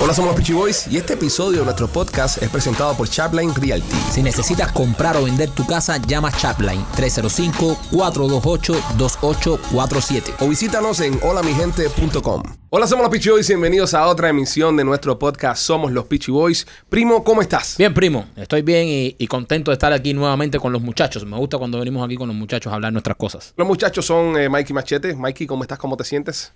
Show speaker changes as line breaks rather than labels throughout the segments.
Hola, somos los Peachy Boys y este episodio de nuestro podcast es presentado por Chapline Realty.
Si necesitas comprar o vender tu casa, llama Chapline 305-428-2847.
O visítanos en holamigente.com. Hola, somos los Peachy Boys y bienvenidos a otra emisión de nuestro podcast Somos los Peachy Boys. Primo, ¿cómo estás?
Bien, primo, estoy bien y, y contento de estar aquí nuevamente con los muchachos. Me gusta cuando venimos aquí con los muchachos a hablar nuestras cosas.
Los muchachos son eh, Mikey Machete. Mikey, ¿cómo estás? ¿Cómo te sientes?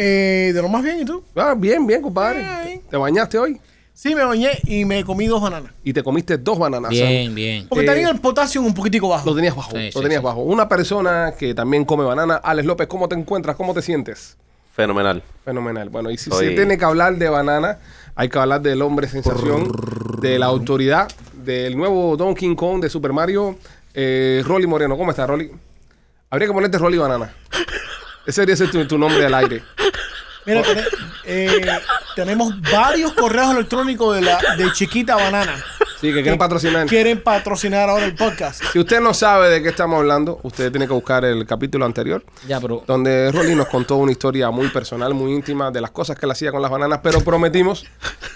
Eh, de lo más bien, ¿y tú?
Ah, bien, bien, compadre.
Bien.
¿Te bañaste hoy?
Sí, me bañé y me comí dos bananas.
Y te comiste dos bananas.
Bien, bien.
Porque
Eh,
tenía el potasio un poquitico bajo.
Lo tenías bajo,
Sí,
lo
sí,
tenías
sí.
bajo. Una persona que también come banana, Alex López, ¿cómo te encuentras? ¿Cómo te sientes?
Fenomenal.
Fenomenal. Bueno, y si
Soy-
se tiene que hablar de banana, hay que hablar del hombre sensación, de la autoridad, del nuevo Donkey Kong de Super Mario, eh, Rolly Moreno. ¿Cómo estás, Rolly? Habría que ponerte Rolly Banana. Ese debería ser tu, tu nombre al aire.
Mira, tene- eh, tenemos varios correos electrónicos de, la, de Chiquita Banana.
Sí, que quieren patrocinar.
Quieren patrocinar ahora el podcast.
Si usted no sabe de qué estamos hablando, usted tiene que buscar el capítulo anterior.
Ya, pero
donde Rolly nos contó una historia muy personal, muy íntima, de las cosas que él hacía con las bananas, pero prometimos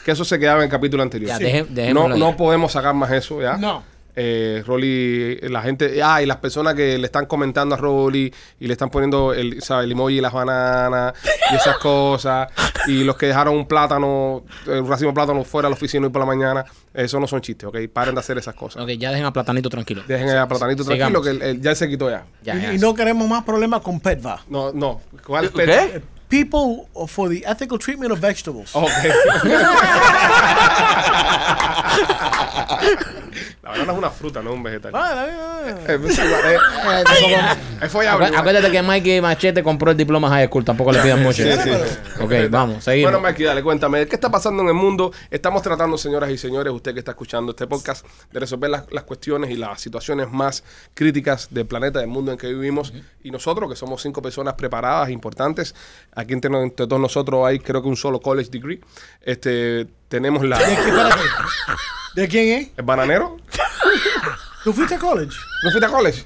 que eso se quedaba en el capítulo anterior.
Ya, deje-
no,
dejémoslo ahí.
no podemos sacar más eso, ¿ya?
No.
Eh, Rolly, la gente, ah, y las personas que le están comentando a Rolly y le están poniendo el, ¿sabe? el emoji de las bananas y esas cosas, y los que dejaron un plátano, eh, un racimo de plátano fuera de la oficina hoy por la mañana, eso no son chistes, ¿ok? Paren de hacer esas cosas.
Ok, ya dejen a Platanito tranquilo.
Dejen a Platanito tranquilo,
Sigamos.
que él- él ya se quitó ya.
Ya,
y,
ya.
y no queremos más problemas con PETVA.
No, no. ¿Cuál
¿Qué?
People for the Ethical Treatment of Vegetables.
Ok. la banana es una fruta, no un vegetal. Eh,
Ah, ah, ah.
pues, igual, eh, eh, tampoco- Es follable.
Acu-
igual.
Acuérdate que Mike Machete compró el diploma High School, tampoco le pidan mucho. Ok, vamos, seguimos.
Bueno, Mikey, dale, cuéntame, ¿qué está pasando en el mundo? Estamos tratando, señoras y señores, usted que está escuchando este podcast, de resolver las, las cuestiones y las situaciones más críticas del planeta, del mundo en que vivimos. Y nosotros, que somos cinco personas preparadas, importantes, aquí entre, no- entre todos nosotros hay creo que un solo college degree, este, tenemos la...
¿De, qué- espérate. ¿De quién es?
¿El bananero?
¿Tú fuiste a college?
¿No fuiste a college?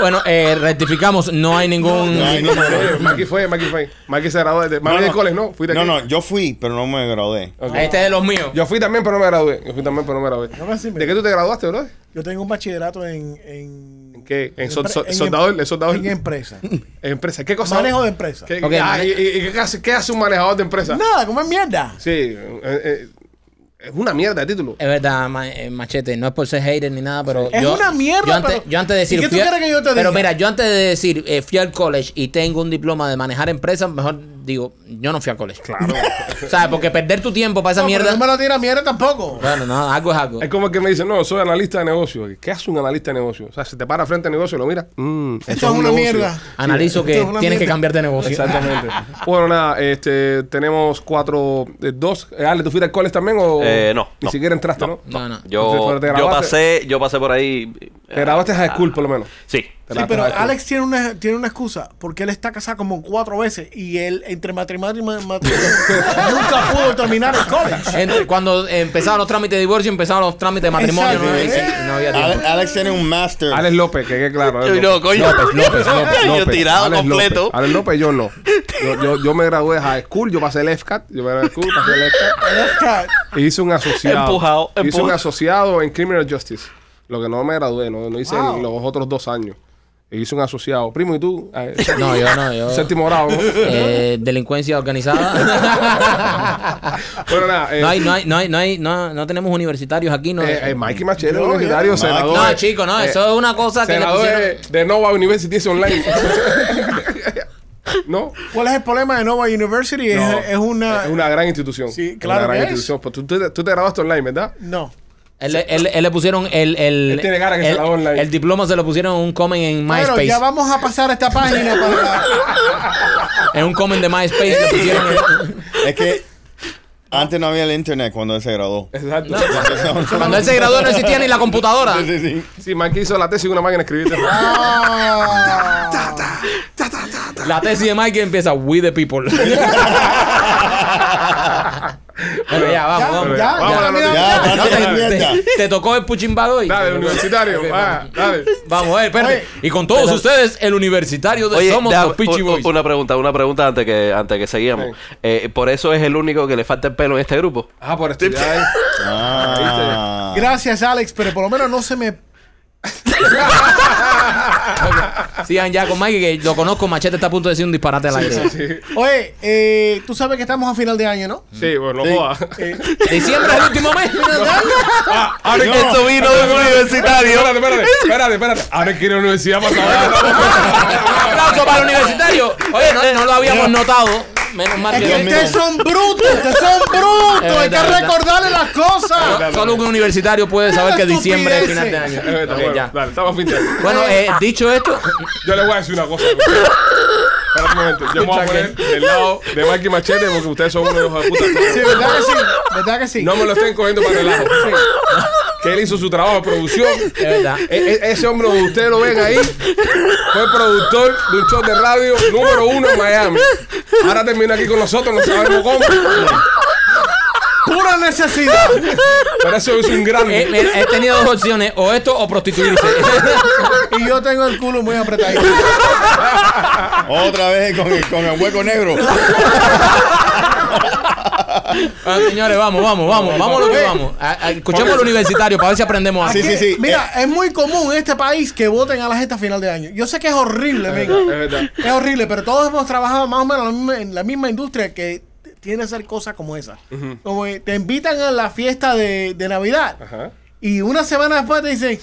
Bueno, eh, rectificamos, no hay ningún...
Ay, no, no, no, no.
Eh, Maki fue, Maki fue. Maki se graduó de. Maki
No,
de
no.
college, ¿no? Fui de
No,
aquí.
no, yo fui, pero no me gradué.
Ok.
Este es de los míos.
Yo fui también, pero no me gradué. Yo fui también, pero no me gradué.
No me sirve.
¿De qué tú te graduaste, bro?
Yo tengo un bachillerato en... ¿En,
¿En qué? ¿En sol-
empre-
sol- soldador?
em-
¿En soldador?
En empresa.
Empresa. ¿Qué cosa?
Manejo de empresa.
¿Qué,
Ok,
ah,
mane-
y, y- y qué, hace, qué hace un manejador de empresa?
Nada, comer mierda.
Sí. eh, eh, es una mierda de título.
Es verdad, ma- eh, Machete, no es por ser hater ni nada, pero.
Es
yo,
una mierda,
Yo antes,
pero-
yo antes de
¿Y
decir.
qué tú
fui a-
quieres que yo te
Pero
diga?
mira, yo antes de decir eh, fui al college y tengo un diploma de manejar empresas, mejor digo, yo no fui al college. Claro. ¿Sabes? Porque perder tu tiempo para esa
No, pero
mierda.
No me lo tira mierda tampoco.
Bueno, no, algo es algo.
Es como el que me dice, no, soy analista de negocio. ¿Qué hace un analista de negocio? O sea, se te para frente al negocio y lo mira. mm,
Esto es
un
una
negocio.
mierda.
Analizo
Sí,
que
esto es una
tienes que
mierda.
cambiar de negocio.
Exactamente. bueno, nada, este, tenemos cuatro, eh, dos. Eh, Ale, ¿tú fuiste al college también o
Eh, no,
Ni
no.
siquiera entraste, ¿no?
No, no.
Yo,
Entonces, ¿te
yo
graduaste?
pasé, yo pasé por ahí.
Te graduaste high school, por lo menos.
Sí.
Te
Sí,
graduaste
pero
high school.
Alex tiene una, tiene una excusa porque él está casado como cuatro veces y él entre matrimonio y ma- matrimonio nunca pudo terminar el college.
Entre- cuando empezaban los trámites de divorcio, empezaban los trámites de matrimonio. No,
Exacto.
Eh, no había tiempo.
Ale- Alex tiene un master.
Alex López, que quede claro. Alex
No, coño.
López, López, López,
Yo
López.
tirado
Alex
completo.
López. Alex López, yo no. Yo, yo, yo me gradué de high school, yo pasé el FCAT, yo me gradué de school, pasé el FCAT. E hice un asociado.
Empujado,
Hice un
empujado.
asociado en Criminal Justice. Lo que no me gradué, no, no hice en
Wow.
los otros dos años. E hice un asociado. Primo, ¿y tú? Ah, eh,
No, yo no, yo.
Séptimo grado, ¿no?
Eh, delincuencia organizada.
Bueno, nada. eh,
No hay, no hay, no hay, no hay, no, no tenemos universitarios aquí, no.
Eh, eh, Mikey Machero,
Yo,
universitario,
eh,
senador.
no, chico, no,
eh,
eso es una cosa que le
senador eh,
pusieron.
de, de Nova University es online. ¿No?
¿Cuál es el problema de Nova University? Es,
No,
es una...
es una gran institución.
Sí,
Es
claro
Una gran
que es.
institución. Pues tú, tú te- tú te grabaste online, ¿verdad?
No.
Él, le- él- él le pusieron el. el
Él tiene cara que se
el-
la online.
el diploma se lo pusieron en un comment en MySpace.
Bueno, ya vamos a pasar a esta página para...
En un comment de MySpace le pusieron. el-
Es que antes no había el internet cuando él se graduó.
Exacto.
cuando él se graduó no existía ni la computadora.
Sí, sí, sí.
Sí, Mike hizo la tesis en una máquina escribiste.
Ah,
La tesis de Mike empieza We the People. Bueno, ya, vamos, vamos.
ya,
Vamos a la
mira,
noticia.
Ya,
mira.
no te mierda.
Te, te tocó el puchimbado hoy.
Dale, universitario.
Ok,
va, dale.
Vamos, eh, espérate.
Oye,
y con todos ustedes, el universitario de
Oye,
Somos
déjame-
los Pichi
u- u-
Boys.
una pregunta, una pregunta antes que, antes que seguíamos. Eh, por eso es el único que le falta el pelo en este grupo.
Ah, por estudiar.
Ah.
Gracias, Alex, pero por lo menos no se me.
Sigan ya con Mikey, que lo conozco. Machete está a punto de decir un disparate al aire.
Oye, eh, tú sabes que estamos a final de año, ¿no?
Sí, bueno,
Sí.
no jodas.
Diciembre es el último mes. Ah,
Ahora
No.
esto vino de un
universitario.
Espérate, espérate, espérate, espérate. Ahora es que ir a la universidad para saber.
Un aplauso para el universitario. Oye, no, no lo habíamos notado. Menos mal
Es
que.
Dios
que
mío.
ustedes son brutos, ustedes son brutos.
Es
Hay que
verdad, verdad.
recordarle las cosas.
Solo un universitario puede saber que diciembre es final de año.
Es verdad,
Ok,
bueno,
ya.
Dale, estamos finteando.
Bueno, eh, dicho esto,
Yo les voy a decir una cosa. Espera un momento. Yo me voy a poner del lado de Mikey Machete porque ustedes son unos hijos de puta.
Sí, ¿verdad que sí? ¿Verdad que sí?
No me lo estén cogiendo para relajo. Que él hizo su trabajo de producción.
es verdad.
E- e- ese hombre, donde ustedes lo ven ahí, fue productor de un show de radio número uno en Miami. Ahora termina aquí con nosotros, no sabemos cómo.
Pura necesidad.
Pero eso es un grande.
Eh, mira, he tenido dos opciones, o esto o prostituirse.
Y yo tengo el culo muy apretadito.
Otra vez con el, con el hueco negro.
Ah, señores, vamos, vamos, vamos, vamos a lo que vamos. Ah, ah, Escuchemos al universitario para ver si aprendemos algo.
Sí, sí, sí.
Mira,
Eh.
es muy común en este país que voten a la gente a final de año. Yo sé que es horrible,
eh.
amigo.
Es verdad.
Es horrible, pero todos hemos trabajado más o menos en la misma, en la misma industria que t- tiene que ser cosas como esa. Como que te invitan a la fiesta de, de Navidad
Ajá.
y una semana después te dicen,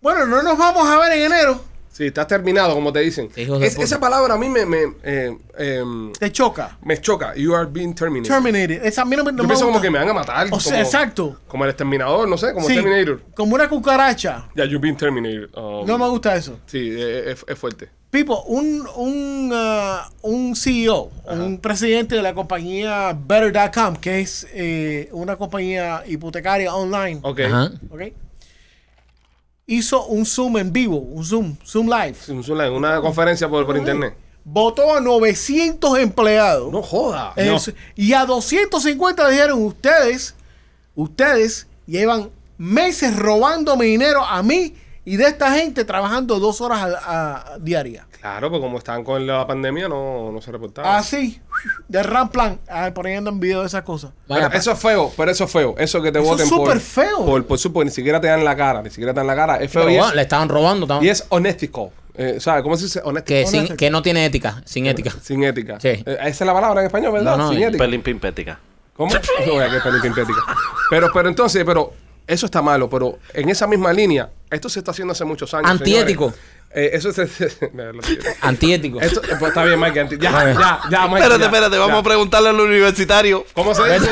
bueno, no nos vamos a ver en enero.
Sí, estás terminado, como te dicen.
Hijos de
Es-
puta.
esa palabra a mí me, me, eh, em,
Te choca.
me choca. You are being terminated.
Terminated. Esa a mí no, me- no
Yo
me
pienso como
gusta.
que me van a matar.
O sea,
como-
exacto.
Como el exterminador, no sé, como
Sí,
Terminator.
Como una cucaracha.
Ya, you've been terminated. Um,
No me gusta eso.
Sí, eh, eh, es, es fuerte.
Pipo, un, un, ah, un CEO, un presidente de la compañía Better.com, que es eh, una compañía hipotecaria online,
Ok.
Ajá.
¿ok? hizo un Zoom en vivo, un Zoom, Zoom Live.
Sí, un Zoom Live, Una conferencia por, por internet.
Votó a 900 empleados.
No joda.
En el
no.
Zoom- Y a 250 dijeron, ustedes, ustedes llevan meses robándome dinero a mí y de esta gente trabajando dos horas a- a- diarias.
Claro, pues como estaban con la pandemia, no, no se
Ah,
reportaba.
Así, de ramplan, ah, poniendo en video esas cosas.
Pero
Vaya,
eso es feo, pero eso es feo. Eso que te
Eso es
voten por.
súper feo.
Por, por supuesto, ni siquiera te dan la cara. Ni siquiera te dan la cara. Es feo
pero
y,
bueno,
es,
le estaban robando. estaban-
y es honéstico. Eh, ¿Sabes? ¿Cómo se dice honéstico?
que, sin-
honesto.
que no tiene ética, sin ética.
Sin ética.
Sí.
Eh, esa es la palabra en español, ¿verdad?
No, no,
Sin
y
ética.
Pelín pimpética.
¿Cómo? Oye, qué pelín sintética. Pero, pero entonces, pero eso está malo, pero en esa misma línea, esto se está haciendo hace muchos años.
Antiético.
señores. Eh, eso se. se- me da lo que quiero.
Antiético.
esto, eh, pues, está bien, Mike. anti- ya,
Vale.
ya, ya, Mike.
Espérate,
ya,
espérate,
ya.
vamos a preguntarle al universitario.
¿Cómo se dice?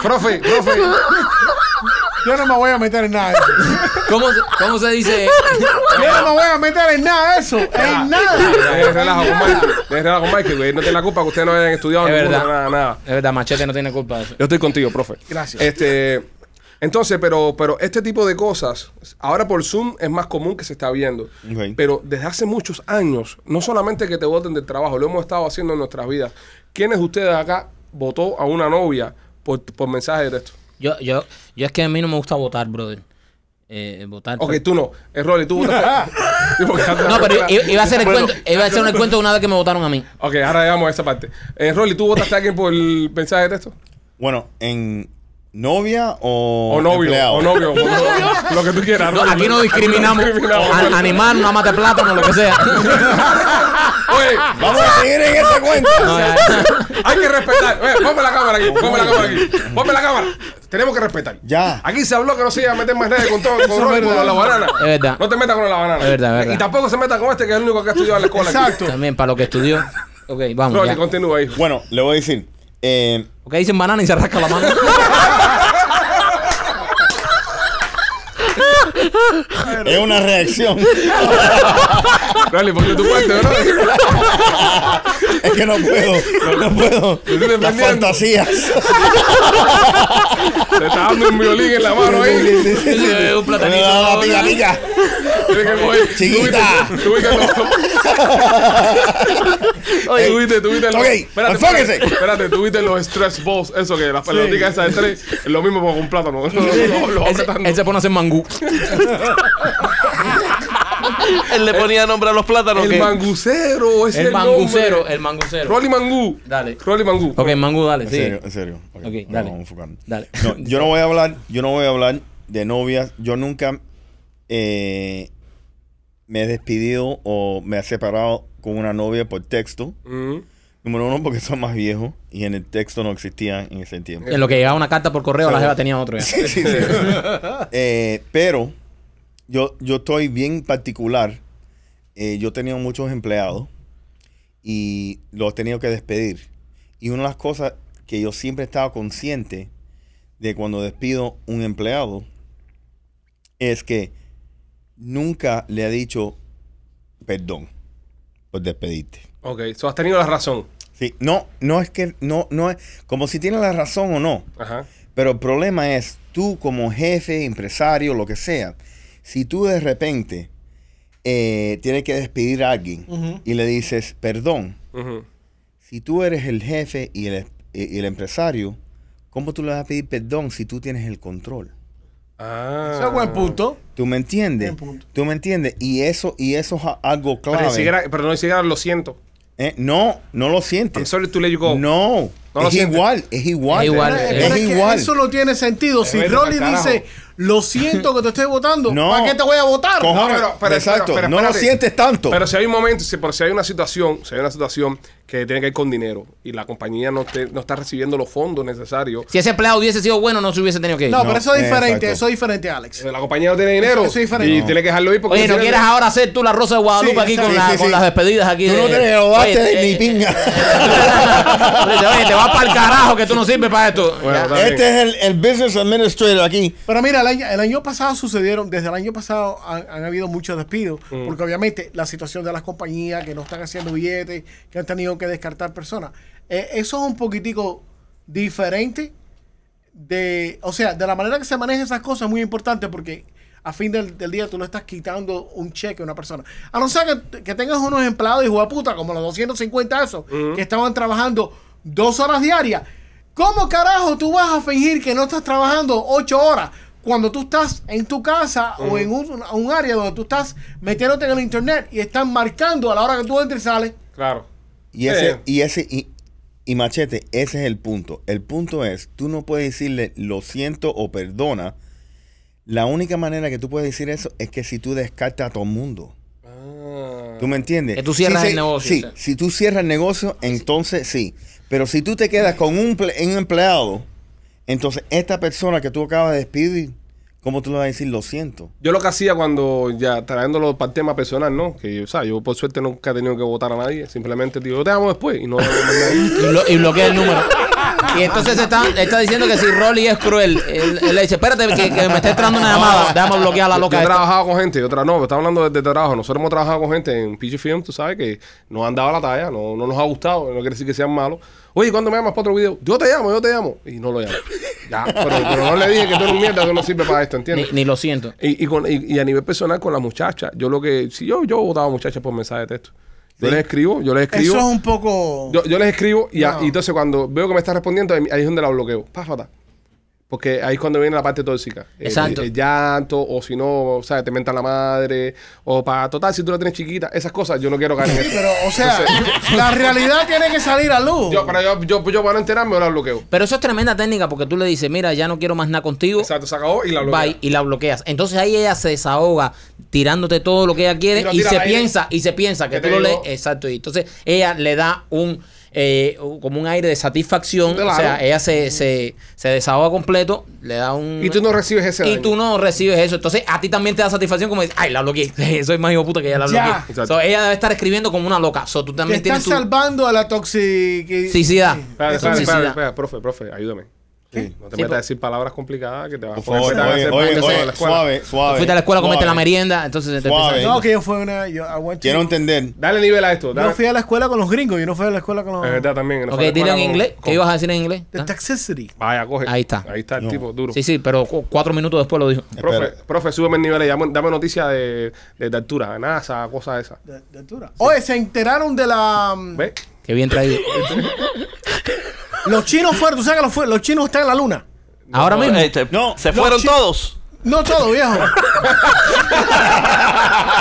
profe, profe.
Yo no me voy a meter en nada de eso.
¿Cómo, se- cómo se dice?
Yo no me voy a meter en nada de eso.
Ah.
En nada.
Dejen relajo con Mike. Dejen relajo con Mike, güey. No tiene la culpa que ustedes no hayan estudiado
Es
ninguno,
verdad.
nada, nada.
Es verdad, Machete no tiene culpa de eso.
Yo estoy contigo, profe.
Gracias.
Este, entonces, pero, pero este tipo de cosas, ahora por Zoom es más común que se está viendo.
Ok.
Pero desde hace muchos años, no solamente que te voten del trabajo, lo hemos estado haciendo en nuestras vidas. ¿Quiénes de ustedes acá votó a una novia por, por mensaje de texto?
Yo, yo, yo es que a mí no me gusta votar, brother. Eh, votar.
Ok, tú no. Es Rolly, tú votaste. Sí, porque antes-
No, pero eh, i- iba a hacer el
Bueno,
cuento, iba a hacer un cuento de una vez que me votaron a mí.
Ok, ahora llegamos a esa parte. Eh, Rolly, ¿tú votaste a alguien por el mensaje de texto?
Bueno, en novia o,
O novio,
empleado?
o novio, o novio, lo que tú quieras.
No,
Rolly.
aquí no discriminamos.
discriminamos.
Al- animal, una mata de plátano, lo que sea.
Oye,
Vamos a seguir en ese cuento.
No, ya, ya.
Hay que respetar. Oye, ponme la cámara aquí. Ponme la cámara aquí. Ponme la cámara. Tenemos que respetar.
Ya.
Aquí se habló que no se iba a meter más nadie con todo. Con,
es
Rolly,
verdad.
con la banana.
Es verdad.
No te metas con la banana.
Es verdad, es verdad.
Y tampoco se meta con este que es el único que ha estudiado en la escuela. aquí.
Exacto.
Ah.
También para lo que estudió. Ok, vamos.
Rolly,
ya.
continúa, hijo.
Bueno, le voy a decir. eh,
Ok, dicen banana y se rasca la mano.
es una reacción.
Rolly, porque tu parte, bro.
Es que no puedo. No puedo.
Lo estoy
Las
defendiendo.
fantasías.
Te está dando un violín en la mano ahí.
Un platanito.
No, no, no, pica, pica.
Tienes que coger.
Chiquita.
Tú viste, tú viste los-
Oye.
Tú viste, tú viste los-
Ok,
Espérate,
enfóquese.
Espérate, espérate, tú viste los stress balls, eso que las pelotitas esas de tres, es lo mismo con un plátano. Lo, lo, lo
Él se-
apretando.
Él se pone a hacer mangú.
Él le ponía nombre a los plátanos.
el
que-
mangucero, ese es
El mangucero,
nombre.
el mangucero.
Rolly Mangú.
Dale.
Rolly Mangú.
Ok, mangú, dale,
En
sí.
serio, en serio. Ok,
Ok,
no,
dale.
vamos a enfocarnos.
Dale.
No, yo no voy a hablar, yo no voy a hablar de novias. Yo nunca eh, me he despedido o me he separado con una novia por texto.
Mm.
Número uno, porque son más viejos y en el texto no existían en ese tiempo.
En lo que llegaba una carta por correo, la jeva tenía otro ya.
Sí, sí, sí. Eh, pero yo, yo estoy bien particular. Eh, yo he tenido muchos empleados y los he tenido que despedir. Y una de las cosas que yo siempre he estado consciente de cuando despido un empleado es que nunca le he dicho perdón por despedirte.
Ok, so has tenido la razón.
Sí, no, no es que, no, no es, como si tiene la razón o no.
Ajá.
Pero el problema es, tú como jefe, empresario, lo que sea, si tú de repente eh, tienes que despedir a alguien
Ujú.
y le dices, perdón,
Ujú.
si tú eres el jefe y el, eh, y el empresario, ¿cómo tú le vas a pedir perdón si tú tienes el control?
Ah.
Eso es buen punto.
¿Tú me entiendes?
Buen punto.
¿Tú me entiendes? Y eso, y eso es a- algo
Pero,
clave.
ni siquiera, pero no ni siquiera lo siento.
Eh, No, no lo
I'm
sientes.
sorry to let you go.
No,
No lo
es,
sientes.
igual, es igual,
Es igual,
Pero
eh.
es que
igual.
Eso no tiene sentido. si
vete
Rolly
pa'l carajo.
dice, lo siento que te estoy votando,
No.
¿para qué te voy a votar?
Cojones,
No, pero- pero-
exacto,
pero- pero
no lo
espérate.
sientes tanto.
Pero si hay un momento, si, pero si hay una situación, si hay una situación que tiene que ir con dinero y la compañía no, te- no está recibiendo los fondos necesarios,
Si ese empleado hubiese sido bueno, no se hubiese tenido que ir.
No,
No,
pero eso es diferente,
exacto.
eso es diferente, Alex.
eh, la compañía no tiene dinero
Eso- eso es diferente.
y
No.
tiene que dejarlo ir porque
Oye, no
tiene-
quieras ahora hacer tú la Rosa de Guadalupe
Sí,
aquí con,
sí,
la-
sí,
con
sí.
las despedidas aquí.
Tú
de-
no te graduaste
Oye,
ni
eh,
pinga.
Oye, oye, te vas para el carajo que tú no sirves para esto.
Bueno,
Ya.
está bien.
Este es el, el business administrator aquí.
Pero mira, el año, el año pasado sucedieron, desde el año pasado han, han habido muchos despidos, porque obviamente la situación de las compañías que no están haciendo billetes, que han tenido que descartar personas, eh, eso es un poquitico diferente de, o sea, de la manera que se manejan esas cosas es muy importante porque a fin del, del día tú no estás quitando un cheque a una persona. A no ser que, que tengas unos empleados y puta como los 250 esos que estaban trabajando dos horas diarias. ¿Cómo carajo tú vas a fingir que no estás trabajando ocho horas cuando tú estás en tu casa o en un, un área donde tú estás metiéndote en el internet y están marcando a la hora que tú entres y sales?
Claro.
Y ese,
Eh.
y ese, y, y machete, ese es el punto. El punto es, tú no puedes decirle lo siento o perdona. La única manera que tú puedes decir eso es que si tú descartas a todo el mundo.
Ah.
¿Tú me entiendes?
Que tú cierras
Sí,
el
sí,
negocio,
Sí,
o sea.
si tú cierras el negocio, entonces sí. Pero si tú te quedas con un, ple- un empleado, entonces esta persona que tú acabas de despedir, ¿cómo tú le vas a decir lo siento?
Yo lo que hacía cuando, ya trayéndolo para el tema personal, ¿no? Que, o sea, yo por suerte nunca he tenido que votar a nadie. Simplemente digo, yo te amo después y no llamo más a nadie.
Y, blo- y bloquea el número. Y entonces está, está diciendo que si Rolly es cruel, él, él le dice, espérate que, que me está entrando una llamada, déjame bloquear a la
Yo
loca.
he
esta".
trabajado con gente, yo tra- no, pero estaba hablando de, de trabajo. Nosotros hemos trabajado con gente en PG Film, tú sabes, que nos han dado la talla, no, no nos ha gustado, no quiere decir que sean malos. Oye, ¿cuándo me llamas para otro video? Yo te llamo, yo te llamo. Y no lo llamo. Ya, pero, pero no le dije que tú eres un mierda, tú no sirves para esto,
Ni,
¿entiendes?
ni lo siento.
Y, y, con- y- y a nivel personal con las muchachas, yo lo que, si yo, yo votaba muchachas por mensaje de texto. Yo les escribo, yo les escribo.
Eso es un poco...
Yo, yo les escribo y, a-
No.
y entonces cuando veo que me está respondiendo, ahí ahí es donde la bloqueo. Páfata. Porque ahí es cuando viene la parte tóxica. El-
Exacto.
El, llanto, o si no, ¿sabes? Te mentan la madre. O para total, si tú la tienes chiquita, esas cosas yo no quiero caer en eso.
Pero, o sea, la realidad tiene que salir a luz.
Yo, pero yo, yo, yo para no enterarme, yo la bloqueo.
Pero eso es tremenda técnica porque tú le dices, mira, ya no quiero más nada contigo.
Exacto, se acabó y la bloqueo.
Bye, y la bloqueas. Entonces ahí ella se desahoga tirándote todo lo que ella quiere
Y lo
y,
tira
se
al aire.
piensa y se piensa que
¿Qué
tú
te
lo lees.
digo?
Exacto. Y entonces ella le da un eh, como un aire de satisfacción. O sea,
Claro.
ella se, se, se desahoga completo, le da un.
Y tú no recibes ese
Y
daño.
tú no recibes eso. Entonces, a ti también te da satisfacción como dices, ay, la bloqueé. Soy más hijo de puta que ella la
Ya.
bloqueé.
Exacto.
So, ella debe estar escribiendo como una loca. So, tú
Te
también
estás
tienes tu
salvando a la toxicidad.
toxicidad.
Espera, espera,
Tu
espera,
toxicidad.
espera, profe, profe, ayúdame.
Sí.
No te
Sí, pues.
metas
por-
a decir palabras complicadas que te vas
Por
a poner
favor,
petar a
oye,
hacer
oye,
palabras en
oye,
la escuela.
suave, suave.
Fuiste a la escuela, comiste la
suave.
merienda, entonces te
Suave.
empiezas-
No, que yo fui una. Yo, I went to-
Quiero entender.
Dale nivel a esto.
yo
Dale.
fui a la escuela con los gringos, yo no fui a la escuela con los.
Es verdad también. no
Ok,
fue a la
dile en
escuela con-
inglés.
con-
¿Qué ibas a decir en inglés? ¿Ah?
The toxicity.
Vaya, coge.
Ahí está.
Ahí está el
No.
tipo, duro.
Sí, sí, pero cu- cuatro minutos después lo dijo.
Profe,
Espera.
profe, súbeme el nivel y dame, dame noticias de, de, de altura, de NASA, cosas esas.
De, de altura. Oye, se enteraron de la. mm,
¿Ves?
Qué bien traído.
Los chinos fueron, tú sabes que los, fue- los chinos están en la luna.
Ahora mismo.
Eh, te-
No,
se
no,
fueron
chi-
todos.
No todo, viejo.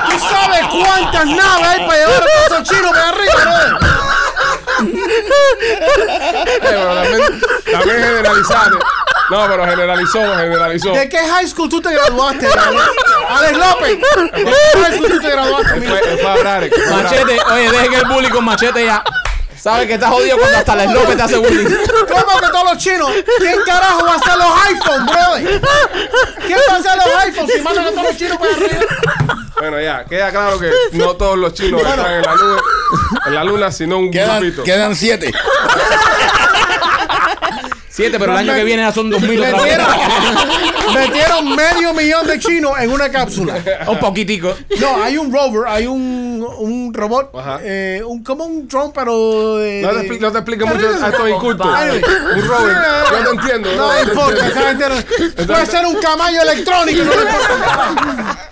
¿Tú sabes cuántas naves hay para llevar a todos esos chinos para arriba, brother?
Eh, pero también, también generalizaste. No, pero generalizó, generalizó.
¿De qué high school tú te graduaste, brother? Alex López, ¿de qué high school tú te graduaste?
Él
mira?
Fue, él fue a hablar, él fue a hablar.
Machete, oye, dejen el bullying con machete ya. Sabes que estás jodido cuando hasta la López te hace bullying.
¿Cómo que todos los chinos? ¿Quién carajo va a hacer los iPhones, brother? ¿Quién va a hacer los iPhones si mandan a todos los chinos para arriba?
Bueno, ya, queda claro que no todos los chinos están en la luna, en la luna sino un
Quedan,
grupito.
quedan siete.
Siete, pero el año que viene ya son dos mil otra vez.
Metieron, metieron medio millón de chinos en una cápsula.
Un poquitico.
No, hay un rover, hay un, un robot,
Ajá.
eh, un, como un drone, pero... eh,
No te, expli- no te expliques mucho a estos incultos.
Ay,
Un Robert, yo te entiendo.
No
te
me
entiendo.
importa, esa gente no- puede ser un camallo electrónico. No le importa.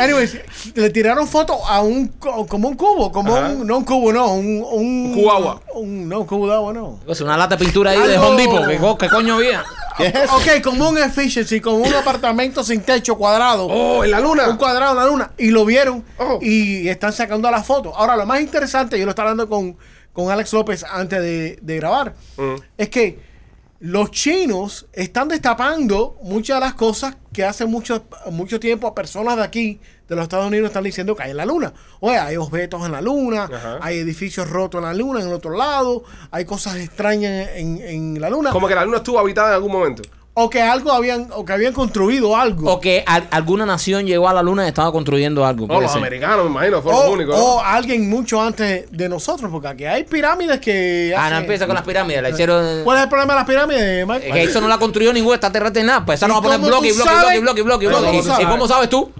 Anyways, le tiraron foto a un co- como un cubo, como
Ajá.
un no un cubo no, un un
cubo agua.
un- no un cubo de agua no.
Es una lata de pintura ahí de
Algo-
Home Depot. ¿Qué, co- qué coño había?
¿Qué es eso?
Ok, como un efficiency, como un apartamento sin techo cuadrado.
Oh, en la
un
luna.
cuadrado en la luna y lo vieron
Oh.
y están sacando las fotos. Ahora, lo más interesante, yo lo estaba hablando con, con Alex López antes de, de grabar,
Mm.
es que los chinos están destapando muchas de las cosas que hace mucho, mucho tiempo a personas de aquí, de los Estados Unidos, están diciendo que hay en la luna. Oye, hay objetos en la luna,
Ajá.
hay edificios rotos en la luna, en el otro lado, hay cosas extrañas en, en la luna.
Como que la luna estuvo habitada en algún momento.
O que algo habían, o que habían construido algo.
O que al- alguna nación llegó a la luna y estaba construyendo algo.
No,
puede
los
ser.
americanos, me imagino, fueron
o,
los únicos.
o
¿no?
alguien mucho antes de nosotros, porque aquí hay pirámides que.
Ah,
hacen-
no empieza con las pirámides. La hicieron. eh,
¿Cuál es el problema de las pirámides,
Es
Mike?
que eso no la construyó ningún extraterrestre ni nada. Pues esa no va a poner
cómo
bloque y
tú
bloque y bloque y
sabes?
bloque y bloque y
Pero
bloque.
¿cómo
¿Y-
sabes?
¿Y cómo sabes tú?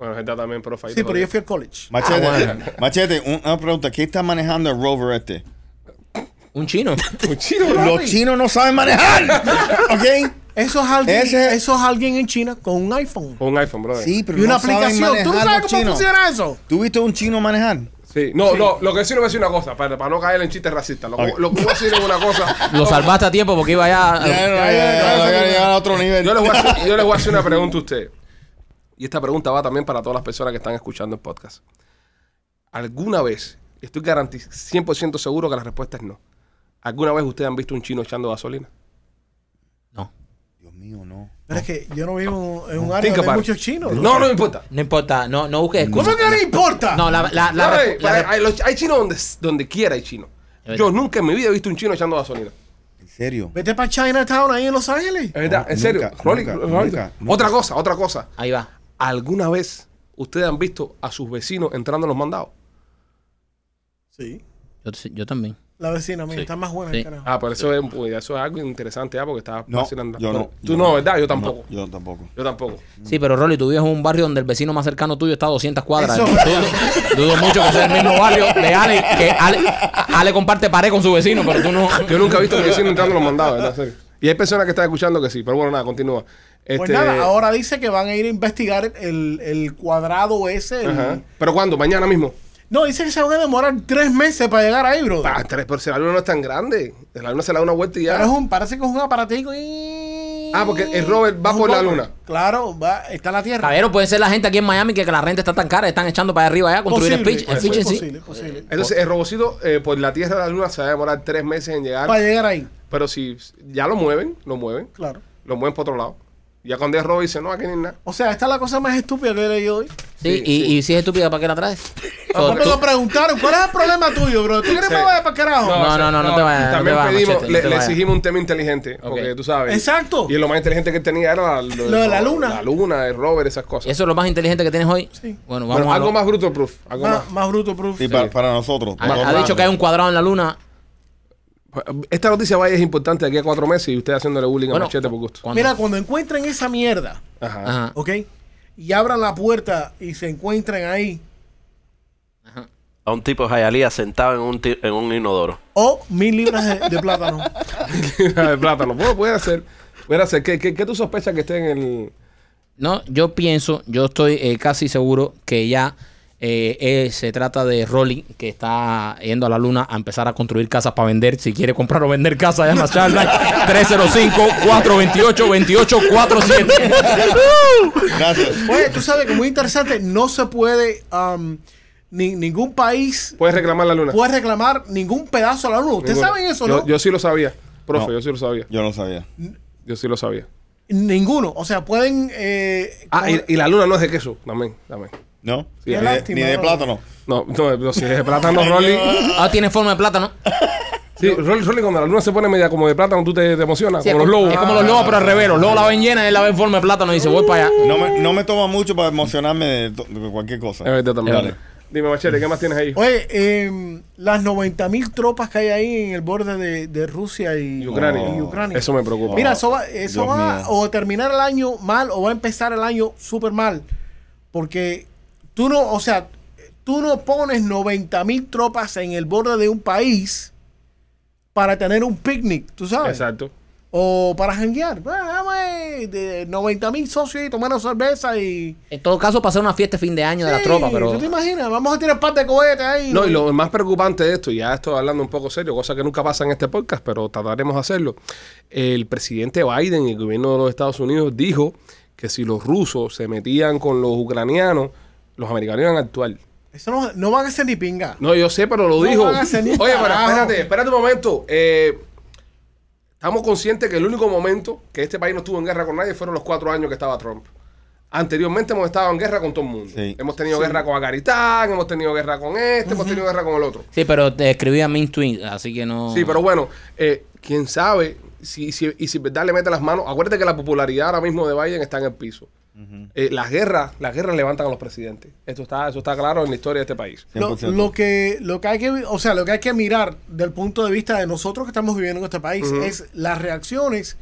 Bueno, está también, profe. ahí
Sí,
te
pero
jodí.
yo fui al college.
Machete,
Ah,
machete, un- una pregunta. ¿Qué está manejando el rover este?
Un chino.
Un chino, bro.
Los chinos no saben manejar. ¿Ok?
Eso es alguien,
Ese-
eso es alguien en China con un iPhone
Con un iPhone, brother.
Sí, pero
y una
no saben
aplicación. ¿Tú no
manejar
sabes
los
cómo
chinos.
funciona eso?
¿Tú viste un chino manejar?
Sí. No, no, lo que sí no voy a decir una cosa, para, para no caer en chistes racistas. Lo, que-
Ok.
lo que voy a decir es una cosa.
Lo salvaste a tiempo porque iba
Ya, ya,
allá.
ya, ya, ya, ya, ya, a otro nivel.
Yo les, voy a hacer, yo les voy a hacer una pregunta a ustedes. Y esta pregunta va también para todas las personas que están escuchando el podcast. ¿Alguna vez, y estoy garantiz 100% seguro que la respuesta es no, ¿alguna vez ustedes han visto un chino echando gasolina?
No.
Dios mío, no.
Pero es que yo no vivo en un área
Think
donde hay
about it.
muchos chinos.
No, no me importa.
No importa. No, no busques
¿Cómo
excusas.
que no importa?
No, la, la, la,
No,
re-
eh,
la re-
hay, los- hay chinos donde, donde quiera hay chinos. Yo nunca en mi vida he visto un chino echando gasolina.
¿En serio?
Vete para Chinatown ahí en Los Ángeles.
Es verdad,
No,
en serio.
nunca,
Rolly,
nunca,
Rolly.
nunca, nunca.
Otra cosa, otra cosa.
Ahí va.
¿Alguna vez ustedes han visto a sus vecinos entrando en los mandados?
Sí.
Yo, t- yo también.
La vecina mía está más buena,
Sí.
carajo.
Ah, pero eso es, pues, eso es algo interesante ya porque estaba
No,
vacilando.
yo no.
Pero Tú
yo
no, ¿verdad? Yo tampoco.
No, yo tampoco.
Yo tampoco.
Sí, pero Rolly, tú vives en un barrio donde el vecino más cercano tuyo está a 200 cuadras.
Eso.
Dudo, dudo mucho que sea el mismo barrio de Ale, que Ale, Ale comparte pared con su vecino, pero tú no.
Yo nunca he visto a mi vecino entrando en los mandados, ¿verdad? En serio. Y hay personas que están escuchando que sí, pero bueno, nada, continúa. Este,
Pues nada, ahora dice que van a ir a investigar el, el cuadrado ese. el-
ajá. ¿Pero cuándo? ¿Mañana mismo?
No, dice que se van a demorar tres meses para llegar ahí, bro.
Ah, tres, pero si la luna no es tan grande. La luna se la da una vuelta y ya.
Pero es un, parece que es un aparatico y...
Ah, porque el rover va
Es un
por la
rover.
luna.
Claro, va, está en la Tierra.
Caballero, puede ser la gente aquí en Miami que, que la renta está tan cara, están echando para arriba allá a construir el pitch.
Posible,
El pitch en sí.
posible, posible.
Entonces, el robocito eh, por la Tierra de la Luna se va a demorar tres meses en llegar.
Para llegar ahí,
Pero si ya lo mueven, lo mueven.
claro.
Lo mueven para otro lado. Ya cuando es robo dice, no, aquí ni nada.
O sea, esta es la cosa más estúpida que he leído hoy.
Sí,
Sí,
y,
sí.
y si es estúpida, ¿para qué la traes? So,
Cuando
tú-
me lo preguntaron, ¿cuál es el problema tuyo, bro? ¿Tú quieres
Sí.
que me vaya para carajo?
No, no, no, no te vayas, no te
También
vayas,
pedimos,
Machete, no
le,
te
le
vayas.
exigimos un tema inteligente, porque tú sabes.
Exacto.
Y lo más inteligente que él tenía era la- lo,
Lo de la luna.
La luna, el rover, esas cosas.
Eso es lo más inteligente que tienes hoy.
Sí.
Bueno,
Pero
vamos a.
algo
lo-
más bruto, proof. Algo
más,
más.
más bruto, proof.
Sí, para, para nosotros.
Ha,
para
ha
nosotros.
dicho que hay un cuadrado en la luna.
Esta noticia vaya es importante de aquí a cuatro meses y usted haciéndole bullying
Bueno,
a Machete por gusto.
cuando-
Mira, cuando encuentren esa mierda,
Ajá.
Ajá.
¿ok? Y abran la puerta y se encuentran ahí.
A un tipo de Hialeah sentado en un, ti- en un inodoro.
O mil libras de, de plátano.
de plátano. Bueno, puede ser. Puede ser. ¿Qué, qué, qué tú sospechas que esté en el.
No, yo pienso, yo estoy eh, casi seguro que ya eh, eh, se trata de Rolly que está yendo a la luna a empezar a construir casas para vender. Si quiere comprar o vender casas, llama a Charline 305-428-2847.
Gracias.
Oye, tú sabes que muy interesante, no se puede, am, ni, ningún país
Puedes reclamar la luna.
puede reclamar ningún pedazo a la luna. Pues, Ustedes
Ninguno.
saben eso,
Yo-
¿no?
Yo, sí lo sabía. Profe,
No.
yo sí lo sabía.
Yo no sabía.
Yo sí lo sabía.
Ninguno. O sea, pueden... eh,
Ah,
con-
y, y la luna no es de queso. También, también.
¿No?
Sí,
ni,
qué
de,
lástima,
ni de
¿no?
plátano.
No, no, no, si es de plátano, Rolly.
Ah, tiene forma de plátano.
Sí, Rolly, Rolly, cuando la luna se pone media como de plátano, tú te, te emocionas,
Sí, es
como los lobos.
Es como los lobos, pero al revés. Los lobos la ven llena, él la ve en forma de plátano y dice, voy para allá.
No me, no me toma mucho para emocionarme de, to- de cualquier cosa.
Es verdad también.
Dale.
Dime, Machete, ¿qué más tienes ahí?
Oye, em, las 90 mil tropas que hay ahí en el borde de, de Rusia y
Y Ucrania.
y Ucrania.
Oh, Eso me preocupa.
Mira, eso va, eso
Dios
va
mío.
o a terminar el año mal o va a empezar el año súper mal. Porque tú no, o sea, tú no pones 90 mil tropas en el borde de un país para tener un picnic, tú sabes.
Exacto.
O para janguear. Bueno, vamos, eh, de 90 mil socios y tomando cerveza y...
En todo caso, pasar una fiesta de fin de año de la
Sí,
tropa, pero...
¿Tú te imaginas? Vamos a tirar parte de cohetes ahí.
No, y lo más preocupante de esto, y ya estoy hablando un poco serio, cosa que nunca pasa en este podcast, pero trataremos de hacerlo. El presidente Biden y el gobierno de los Estados Unidos dijo que si los rusos se metían con los ucranianos, los americanos iban a actuar.
Eso no, no van a ser ni pinga.
No, yo sé, pero lo
No
dijo.
van a hacer ni
Oye, pero
carajo.
espérate, espérate un momento. Eh, estamos conscientes que el único momento que este país no estuvo en guerra con nadie fueron los cuatro años que estaba Trump. Anteriormente hemos estado en guerra con todo el mundo.
Sí.
Hemos tenido guerra con Agaritán, hemos tenido guerra con este, hemos tenido guerra con el otro.
Sí, pero te escribí a Min Twin, así que no...
Sí, pero bueno, eh, quién sabe si, si, y si en verdad le mete las manos. Acuérdate que la popularidad ahora mismo de Biden está en el piso. Eh, las guerras, las guerras levantan a los presidentes. Esto está, eso está claro en la historia de este país.
Lo,
100%.
lo que lo que hay que o sea lo que hay que mirar del punto de vista de nosotros que estamos viviendo en este país
Ujú.
es las reacciones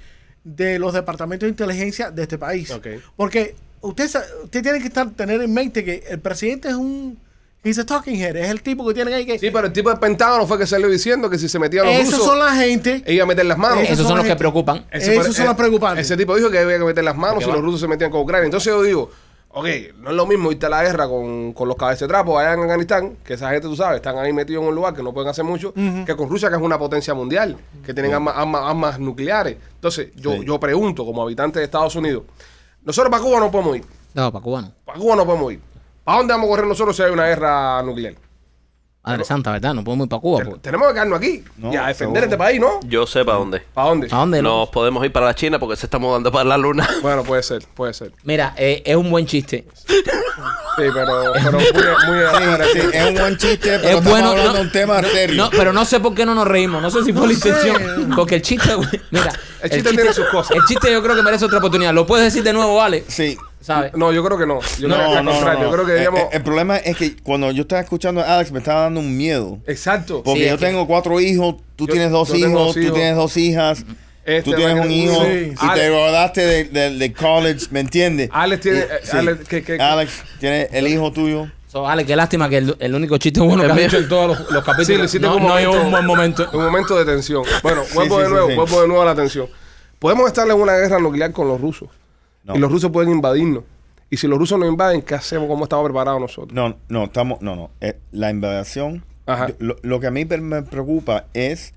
de los departamentos de inteligencia de este país
Ok.
porque usted sa- usted tiene que estar tener en mente que el presidente es un he's a talking head es el tipo que tienen ahí que
Sí, pero el tipo del Pentágono fue que salió diciendo que si se metía a los
esos
rusos, Eh,
son la gente
iba a meter las manos.
Eso-
Esos
esos
son los
son
que
gente-
preocupan.
Ese
esos
pare-
son los preocupantes.
Ese tipo dijo que había que meter las manos si
va-
los rusos se metían con Ucrania. Entonces yo digo, ok, no es lo mismo irte a la guerra con, con los cabecetrapos allá en Afganistán, que esa gente, tú sabes, están ahí metidos en un lugar que no pueden hacer mucho, que con Rusia, que es una potencia mundial, que tienen armas, armas, armas nucleares. Entonces yo,
Sí.
yo pregunto, como habitante de Estados Unidos, nosotros para Cuba no podemos ir.
No, para cubanos.
Para Cuba no podemos ir. ¿Para dónde vamos a correr nosotros si hay una guerra nuclear?
Madre santa, ¿verdad? No podemos ir para Cuba. pues.
Ten-
porque-
Tenemos que quedarnos aquí
No,
y a defender
seguro.
este país, ¿no?
Yo sé para dónde.
¿Para dónde?
¿A dónde?
Nos podemos ir para la China porque se está mudando para la luna.
Bueno, puede ser, puede ser.
Mira, eh, es un buen chiste.
Sí, pero, pero muy, muy afuera,
Sí,
sí.
es un buen chiste, pero
Es
estamos
bueno,
hablando
no-
de un tema serio.
No, pero no sé por qué no nos reímos. No sé si fue la
sé.
intención. Porque el chiste, güey, mira.
El chiste tiene sus cosas.
El chiste yo creo que merece otra oportunidad. Lo puedes decir de nuevo, vale.
Sí.
¿Sabes?
No, yo creo que no. Yo
No,
creo que al
no,
contrario.
no, no.
Yo creo que
Eh,
digamos.
eh, el problema es que cuando yo estaba escuchando a Alex me estaba dando un miedo.
exacto.
Porque
Sí,
yo
es que-
tengo cuatro hijos, tú
Yo-
tienes dos
yo
hijos,
tengo dos
tú
hijos.
tienes dos hijas,
Este
tú tienes
va a
un
querer-
hijo
Sí.
y
Alex-
te graduaste de- de- del college, ¿me entiendes?
Alex tiene-
Y-
eh, Alex, que- que-
Alex tiene el hijo tuyo.
So, Ale, qué lástima que el, el único chiste bueno que
Es
has
mío.
hecho en todos los, los
Sí, lo
capítulos
hiciste
no,
como
no llegó un buen momento.
Un momento de tensión. Bueno, vuelvo
sí,
de
sí,
nuevo,
sí.
vuelvo de nuevo a la tensión. Podemos estar en una guerra nuclear con los rusos.
No.
Y los rusos pueden invadirnos. Y si los rusos nos invaden, ¿qué hacemos? ¿Cómo estamos preparados nosotros?
No, no, estamos, no, no. eh, la invasión,
Ajá.
yo- lo, lo que a mí per- me preocupa es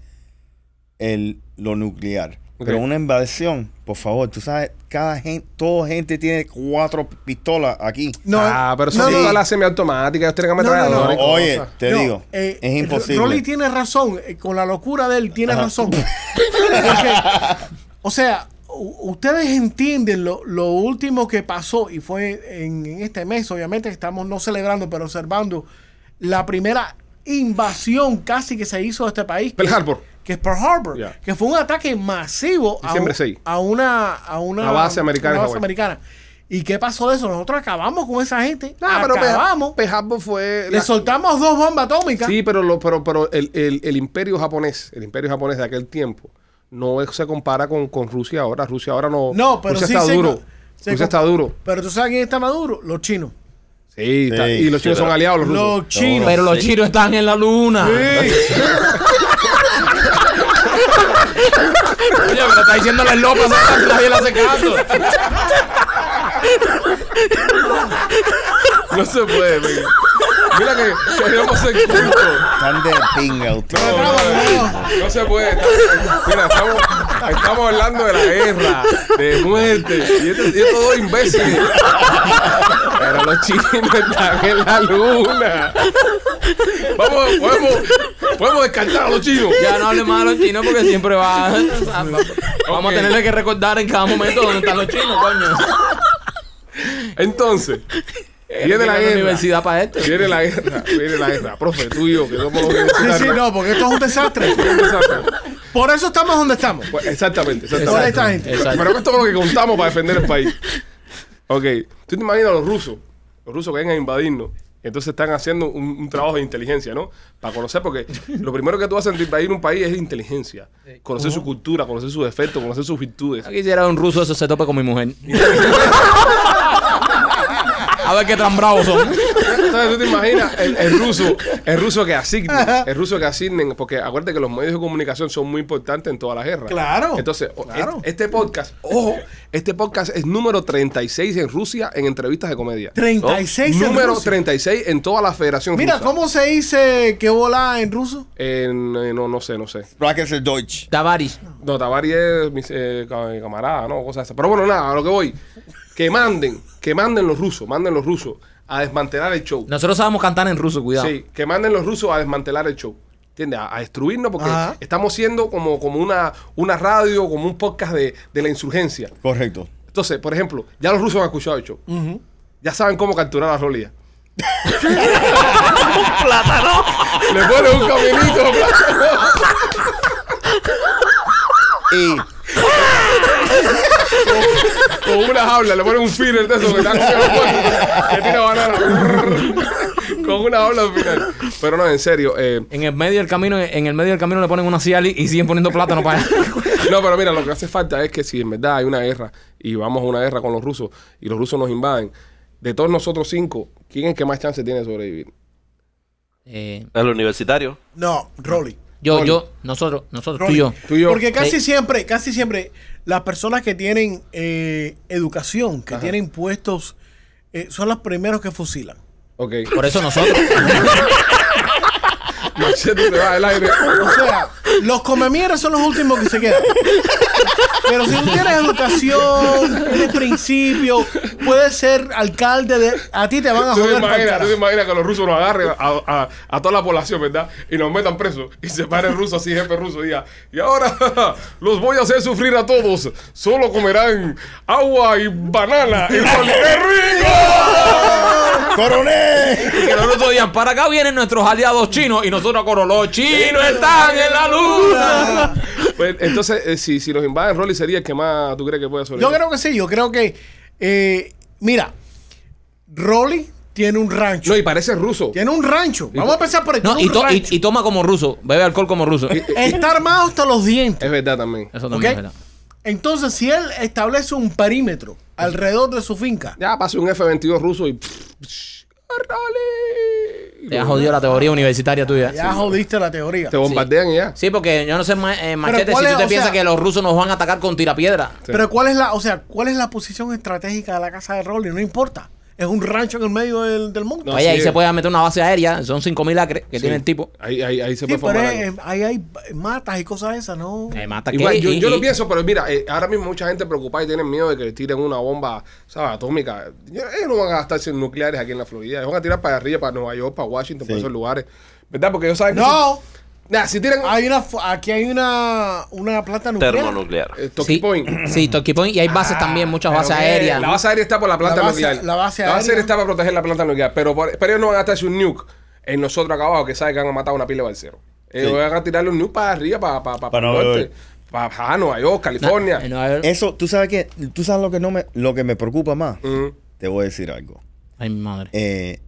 el, lo nuclear.
Ok.
Pero una invasión, por favor, tú sabes, cada gente, toda gente tiene cuatro pistolas aquí.
no
ah, pero
no,
son
no,
todas las semiautomáticas. Ustedes tienen
No, no, no.
No,
ametralladoras y cosas.
oye, te
No,
digo,
eh,
es imposible.
Rolly tiene razón, eh, con la locura de él tiene
Ajá.
razón. Porque, o sea, u- ustedes entienden lo, lo último que pasó y fue en, en este mes, obviamente que estamos no celebrando, pero observando la primera invasión casi que se hizo a este país. que-
Pearl Harbor.
Que es Pearl Harbor,
Ya.
que fue un ataque masivo a,
Diciembre
un-
6.
a una a una
La base americana
una
en
base
Hawái.
americana. ¿Y qué pasó de eso? Nosotros acabamos con esa gente.
No, pero
acabamos.
Pearl- Pearl Harbor fue...
le
la-
soltamos dos bombas atómicas.
Sí, pero, lo, pero, pero el, el- el imperio japonés, el imperio japonés de aquel tiempo, no es- se compara con, con Rusia ahora. Rusia ahora no...
No, pero
Rusia
sí
está
se-
duro.
se-
Rusia está duro.
Pero tú sabes quién está maduro? Los chinos.
Sí, está-
Sí,
y los
sí,
chinos son
pero-
aliados, los rusos.
Los chinos.
Pero los chinos están en la luna. Oye, me lo está diciendo la lopa, ¿sabes? nadie le hace caso.
No se puede, mira. Mira que queremos ser cultos.
Están de pinga ustedes.
No, no, no, no se puede. Está- Mira, estamos, estamos hablando de la guerra, de muerte. Y esto y estos dos imbéciles. Pero los chinos están en la luna. Vamos, podemos, podemos descartar a los chinos.
Ya no hable más de los chinos porque siempre va. Vamos a tenerle que recordar en cada momento dónde están los chinos, coño.
Entonces, viene la
Tiene una
guerra.
universidad este. para esto.
Viene la guerra, viene la guerra. Profe, tú y yo, que somos los
Sí, sí,
universitarios.
no, porque esto es un desastre. Por eso estamos donde estamos.
Pues, exactamente, exactamente.
Por esta gente.
Exacto.
Pero esto es lo que contamos para defender el país. Ok, tú te imaginas a los rusos, los rusos que vengan a invadirnos. y Entonces están haciendo un, un trabajo de inteligencia, ¿no? Para conocer, porque lo primero que tú haces ante invadir un país es inteligencia. Conocer su cultura, conocer sus defectos, conocer sus virtudes.
Yo quisiera un ruso eso se tope con mi mujer. A ver qué tan bravos son.
Entonces tú te imaginas el, el ruso, el ruso que asignen, el ruso que asignen, porque acuérdate que los medios de comunicación son muy importantes en toda la guerra.
Claro,
Entonces, o-
claro.
Este, este podcast, ojo, este podcast es número 36 en Rusia en entrevistas de comedia.
36 en
número
ruso.
36 en toda la Federación
Mira,
Rusa.
¿cómo se dice que volá en ruso?
En- eh, no, no sé, no sé.
Brackets el Deutsch.
Tavaris.
No, Tabari es mi eh, ca- camarada, ¿no? Cosas esas. Pero bueno, nada, a lo que voy. Que manden, que manden los rusos, manden los rusos a desmantelar el show.
Nosotros sabemos cantar en ruso, cuidado.
Sí, que manden los rusos a desmantelar el show. ¿Entiendes? A, a destruirnos porque
Ajá.
estamos siendo como, como una, una radio, como un podcast de, de la insurgencia.
Correcto.
Entonces, por ejemplo, ya los rusos han escuchado el show. Ya saben cómo capturar a Rolía. ¡Un plátano! Le ponen un caminito de plátano.
Y
Con una jaula, le ponen un feeder de esos que están haciendo fuerte, que tira banana. Con una jaula al final. Pero no, en serio. eh,
En el medio del camino, en el medio del camino le ponen una ciali y siguen poniendo plátano para
No, pero mira, lo que hace falta es que si en verdad hay una guerra y vamos a una guerra con los rusos y los rusos nos invaden, de todos nosotros cinco, ¿quién es que más chance tiene de sobrevivir?
Eh,
El universitario.
No, Rolly.
yo, yo, nosotros, nosotros, tú y yo.
Tú y yo.
Porque casi
Sí.
siempre, casi siempre, las personas que tienen eh, educación, que tienen puestos, eh, son los primeros que fusilan.
Ok.
Por eso nosotros.
Machete te va el aire.
O sea, los comemieras son los últimos que se quedan. Pero si tú tienes educación, tienes principio, puedes ser alcalde de. A ti te van a
Tú te,
joder. pa'l
imaginas, tú
carajo.
te imaginas que los rusos nos agarren a, a- a toda la población, ¿verdad? Y nos metan presos. Y se pare el ruso así, jefe ruso, y diga, y ahora los voy a hacer sufrir a todos. Solo comerán agua y banana. Y Rolly, ¡Qué rico!
¡Coronel!
que los otros días para acá vienen nuestros aliados chinos y nosotros a coro, los chinos están en la luna.
Pues, entonces, eh, si, si los invaden, Rolly sería el que más tú crees que puede sobrevivir.
Yo creo que sí, yo creo que. eh, mira, Rolly tiene un rancho.
No, y parece ruso.
Tiene un rancho. Vamos a empezar por el
No, y, to- y- y toma como ruso, bebe alcohol como ruso.
Está armado hasta los dientes.
Es verdad también.
Eso
¿Ok?
también es verdad.
Entonces, si él establece un perímetro alrededor de su finca,
Ya pasó un F-22 ruso y... psh, ¡Rolly!
Te ha jodido la teoría universitaria tuya.
ya jodiste la teoría.
Te bombardean y ya.
Sí, porque yo no sé, ma- eh, Machete,
¿cuál
si tú
es?
te
O
piensas
sea-
que los rusos nos van a atacar con tirapiedra.
Pero cuál es la, o sea, cuál es la posición estratégica de la casa de Rolly, no importa. Es un rancho en el medio del, del monte.
No,
Oye, ahí
sí.
se puede meter una base aérea, son 5.000 acres que tiene el tipo.
Ahí, ahí, ahí se
Sí,
puede
pero
formar
es-
algo.
es- ahí hay matas y cosas esas, ¿no?
Eh, mata
Igual,
que-
yo,
y-
yo lo
y-
pienso, pero mira, eh, ahora mismo mucha gente preocupada y tienen miedo de que le tiren una bomba, ¿sabes? Atómica. Ellos no van a gastarse en nucleares aquí en la Florida. Ellos van a tirar para arriba, para Nueva York, para Washington, para
Sí.
esos lugares. ¿Verdad? Porque ellos saben que...
No,
si- Nah, si tiran...
hay una, fu- aquí hay una, una planta nuclear.
Termonuclear.
eh, Toki
Sí,
Point.
sí, Toki Point. Y hay bases también, muchas bases
Pero que
aéreas. Ah,
La base aérea está por la planta
La base-
nuclear.
la base aérea.
está para proteger la planta nuclear. Pero, por- pero ellos no van a gastarse un nuke en nosotros acá abajo, que saben que han matado una pila de balcero. Ellos
Sí.
van a tirarle un nuke para arriba, para, para, para,
Para
el
Nueva
norte,
York.
para, Para ajá, Nueva York, California.
En Nueva York.
Eso, tú sabes que, tú sabes lo que no me, lo que me preocupa más.
Mm.
Te voy a decir algo.
Ay, mi madre.
Eh,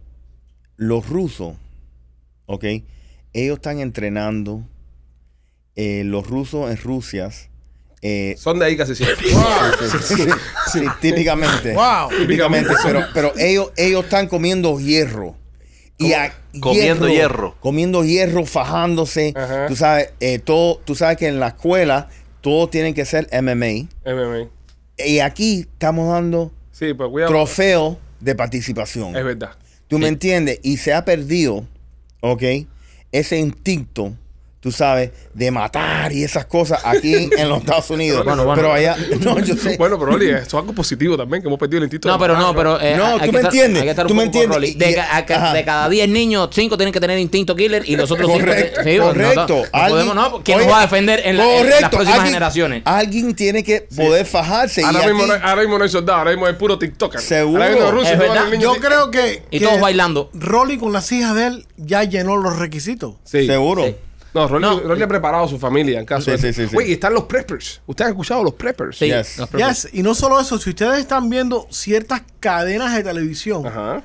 los rusos, ¿ok? Ellos están entrenando. eh, los rusos en Rusia, eh,
Son de ahí casi siempre.
sí, típicamente,
Wow.
típicamente, pero, pero ellos, ellos están comiendo hierro. Y a-
Comiendo hierro.
Comiendo hierro, fajándose.
Ajá.
Tú sabes, eh, todo, tú sabes que en la escuela todos tienen que ser MMA.
MMA.
Y aquí estamos dando
Sí, pues cuidado.
trofeos de participación.
Es verdad.
¿Tú me entiendes? Y se ha perdido, ¿ok? Ese instinto, tú sabes, de matar y esas cosas aquí en los Estados Unidos.
Bueno, bueno.
Pero allá, no, yo sé.
Bueno, pero Oli, esto es algo positivo también, que hemos perdido el instinto.
No,
de
pero
matar,
no, pero. eh,
No,
hay
tú
que
me
estar-
entiendes,
hay que estar
tú
un
me
poco con
entiendes.
Rolly. De,
Y-
ca- a ca-
ajá.
de cada 10 niños, 5 tienen que tener instinto killer y los otros 5.
Correcto, correcto.
No podemos, no. ¿Quién nos
oye,
va a defender en, la- en las
correcto,
próximas
alguien- Ah,
generaciones?
Alguien tiene que poder fajarse.
Ahora
y
mismo,
aquí-
no,
ah,
ahora mismo no hay soldado, ahora mismo hay puro TikToker.
Seguro.
Ahora mismo en Rusia
Es
tú vas
verdad.
al niño
Yo
y-
creo que.
Y
que
todos bailando.
Rolly con las hijas de él ya llenó los requisitos.
Sí.
Seguro.
No, Rolly,
No.
Rolly ha preparado a su familia en caso
Sí,
de...
sí, sí, sí.
Oye, y están los preppers. ¿Ustedes han escuchado los preppers?
Sí,
Yes.
los propios.
Yes, y no solo eso, si ustedes están viendo ciertas cadenas de televisión,
Ajá.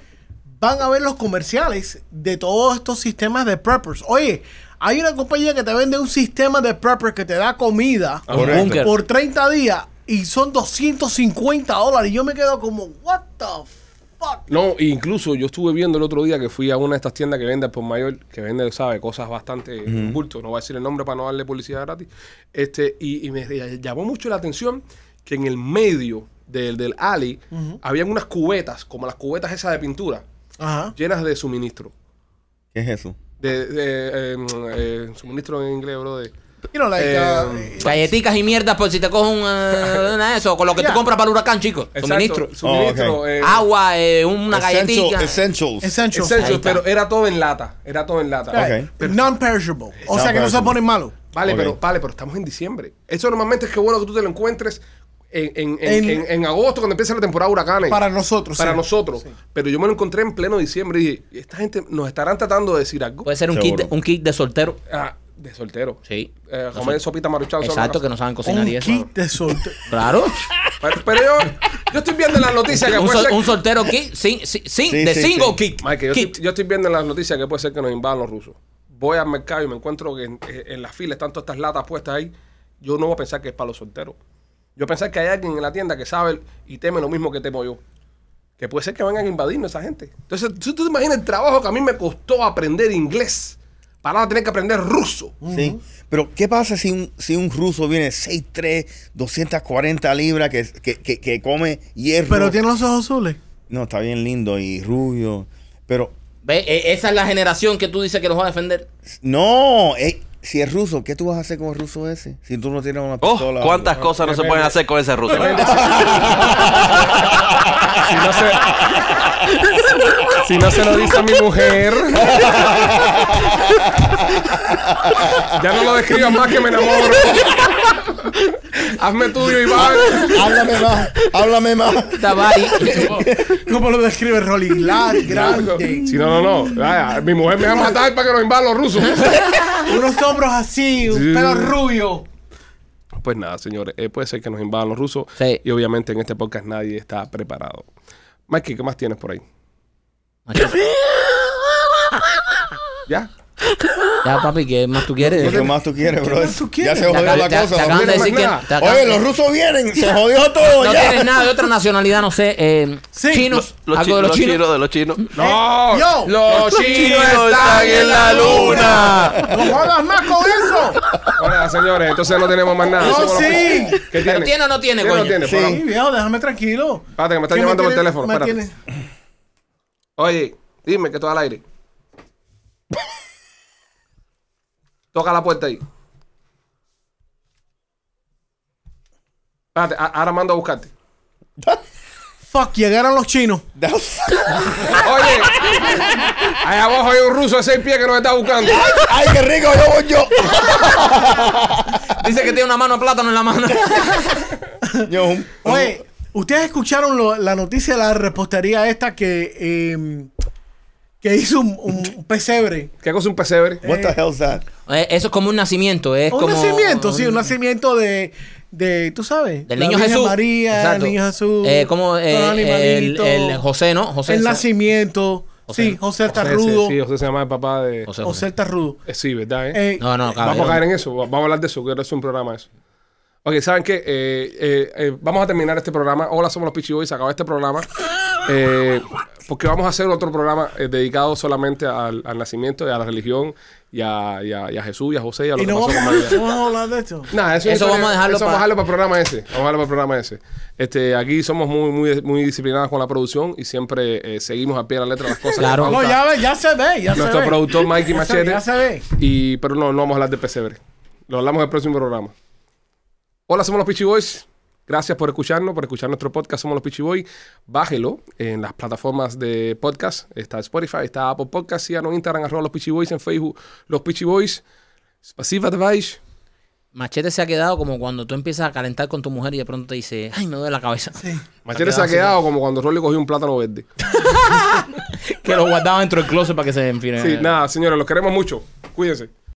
van a ver los comerciales de todos estos sistemas de preppers. Oye, hay una compañía que te vende un sistema de preppers que te da comida
Un
Correcto.
búnker.
por 30 días y son 250 dólares. Y yo me quedo como, what the fuck?
No, e incluso yo estuve viendo el otro día que fui a una de estas tiendas que vende por mayor, que vende, sabe, cosas bastante en bulto, no voy a decir el nombre para no darle publicidad gratis. Este, y, y me llamó mucho la atención que en el medio del, del alley habían unas cubetas, como las cubetas esas de pintura,
Ajá.
llenas de suministro.
¿Qué es eso?
De, de, eh, eh, suministro en inglés, bro. De,
You know, like,
Eh,
uh, eh,
Galleticas y mierdas por si te coges un, eh, una de eso, con lo que
Yeah.
tú compras para el huracán, chicos. Suministro.
Exacto, Suministro.
Oh, ok.
eh,
Agua, eh, una
Essential-
galletita.
essentials.
uh, essential.
Essential,
Ahí está.
pero era todo en lata. Era todo en lata.
Ok.
Non-perishable. O sea que no se
Non-perishable.
ponen malos.
Vale,
Ok.
pero vale, pero estamos en diciembre. Eso normalmente es que bueno que tú te lo encuentres en, en, en,
En-
en- en agosto, cuando empieza la temporada de huracanes.
Para nosotros.
Para
sí.
nosotros. Pero yo me lo encontré en pleno diciembre y dije, esta gente nos estarán tratando de decir algo.
Puede ser un kit,
Seguro.
de- un kit de soltero.
Ah, de soltero.
Pues- Sí.
Eh, comer sopita maruchan. solo
Exacto,
en
que
la
no saben cocinar
Un
y eso.
kit de soltero.
Claro.
casa. Pero, pero yo, yo estoy viendo en las noticias que
un,
puede
sol-
ser...
un soltero kit, sin, sin, sin-
Sí,
de
sí,
single
sí.
kit.
Mike, yo,
Kit.
estoy, yo estoy viendo en las noticias que puede ser que nos invadan los rusos. Voy al mercado y me encuentro que en, eh, en la fila están todas estas latas puestas ahí. Yo no voy a pensar que es para los solteros. Yo voy a pensar que hay alguien en la tienda que sabe y teme lo mismo que temo yo. Que puede ser que vengan a invadirnos esa gente. Entonces, ¿tú, tú te imaginas el trabajo que a mí me costó aprender inglés para ahora tener que aprender ruso.
Sí. Pero, ¿qué pasa si un, si un ruso viene 6'3, 240 libras, que, que, que, que come hierro?
Pero tiene los ojos azules.
No, está bien lindo y rubio. Pero,
Ve, eh, esa es la generación que tú dices que los va a defender.
no, eh, si es ruso, ¿qué tú vas a hacer con el ruso ese? Si tú no tienes una
Oh,
pistola.
Ah,
cuántas cosas no se
Depende.
pueden hacer con ese ruso.
Si no se, si no se lo dice a mi mujer. ya no lo describas más que me enamoro. Hazme tuyo, Iván.
Háblame más, háblame más.
Tabari.
¿Cómo lo describe Rolly? Large, grande.
Si no, no, no. Vaya, mi mujer me va a matar para que nos invadan los rusos.
Unos hombros así, un
Sí.
pelo rubio.
Pues nada, señores. eh, puede ser que nos invadan los rusos.
Sí.
Y obviamente en este podcast nadie está preparado. Mikey, ¿qué más tienes por ahí? ¿Ya?
ya, papi, ¿qué más tú quieres?
¿Qué más tú quieres, bro?
más tú quieres?
Ya se
Te
jodió
acab-
la
te- te
cosa.
acaban
no
de
quieres
decir
más
que-
nada.
te acaban
Oye,
de-
los rusos vienen, se jodió todo
No
ya.
tienes nada de otra nacionalidad, no sé. eh,
Sí.
chinos.
Los
algo
chi-
de los, chinos.
de los chinos.
¡No!
yo.
¿Eh? ¡Los chinos están en la luna!
¡No jodas más con eso!
Hola, señores, entonces no tenemos más nada.
No,
Somos los
sí.
primeros. ¿Qué
¿Pero tiene o no tiene,
¿Tiene o no
coño?
tiene?
Sí.
Espérate,
Sí, viejo, déjame tranquilo.
Espérate, que me están
¿Qué
llamando por
tiene-
teléfono.
me
Espérate.
tiene-
Oye, dime que todo al aire. Toca la puerta ahí. Espérate, a- ahora mando a buscarte.
Fuck, llegaron los chinos.
Oye, allá abajo hay un ruso de seis pies que nos está buscando.
Ay, qué rico, yo voy yo.
Dice que tiene una mano de plátano en la mano.
Yo, un-
Oh.
Oye, ¿ustedes escucharon lo- la noticia de la repostería esta que, eh, que hizo un, un pesebre.
¿Qué cosa un pesebre?
What the hell is that?
Eh, Eso es como un nacimiento. Es
un
como,
nacimiento, sí, un nacimiento de, de tú sabes,
Del
la
niño
Virgen
Jesús.
María,
Exacto.
el niño Jesús.
Eh, como eh,
todo
el,
animalito,
el José, ¿no? José.
el
¿sabes?
nacimiento.
José.
sí, José está
José,
rudo.
Sí, sí, José se llama el papá de...
José,
José
José.
está rudo.
Eh, Sí, ¿verdad? eh?
Eh,
No, no,
Vamos a
cabrón.
caer en eso, vamos a hablar de eso, que es un programa eso. Ok, ¿saben qué? Eh, eh, eh, vamos a terminar este programa. Hola, somos los Pichiboy, se acaba este programa. Eh, porque vamos a hacer otro programa eh, dedicado solamente al, al nacimiento y a la religión y a, y a- y a Jesús y a José y a lo
Y
que
no
pasó
vamos,
con
a-
María.
no vamos a hablar de esto.
Nah, eso, es
Eso
historia-
vamos a dejarlo
eso vamos a
pa-
dejarlo para el programa ese. Vamos a dejarlo para el programa ese. Este, aquí somos muy, muy, muy disciplinados con la producción y siempre eh, seguimos a pie de la letra las cosas.
Claro.
que
No,
pauta
ya, ve- ya se ve, ya
Nuestro
se ve.
productor Mikey
Ya se ve,
Machete.
ya se ve.
Y, pero no, no vamos a hablar de pesebre. Lo hablamos en el próximo programa. Hola, somos los Peachy Boys. Gracias por escucharnos, por escuchar nuestro podcast. Somos los Peachy Boys. Bájelo en las plataformas de podcast. Está Spotify, está Apple Podcast. Síganos en Instagram, arroba los Peachy Boys. En Facebook, los Peachy Boys. Pasiva Advice.
Machete se ha quedado como cuando tú empiezas a calentar con tu mujer y de pronto te dice, ay, me duele la cabeza.
Machete se ha quedado como cuando Rolly cogió un plátano verde.
que lo guardaba dentro del closet para que se enfile.
Sí, nada, señores, los queremos mucho. Cuídense.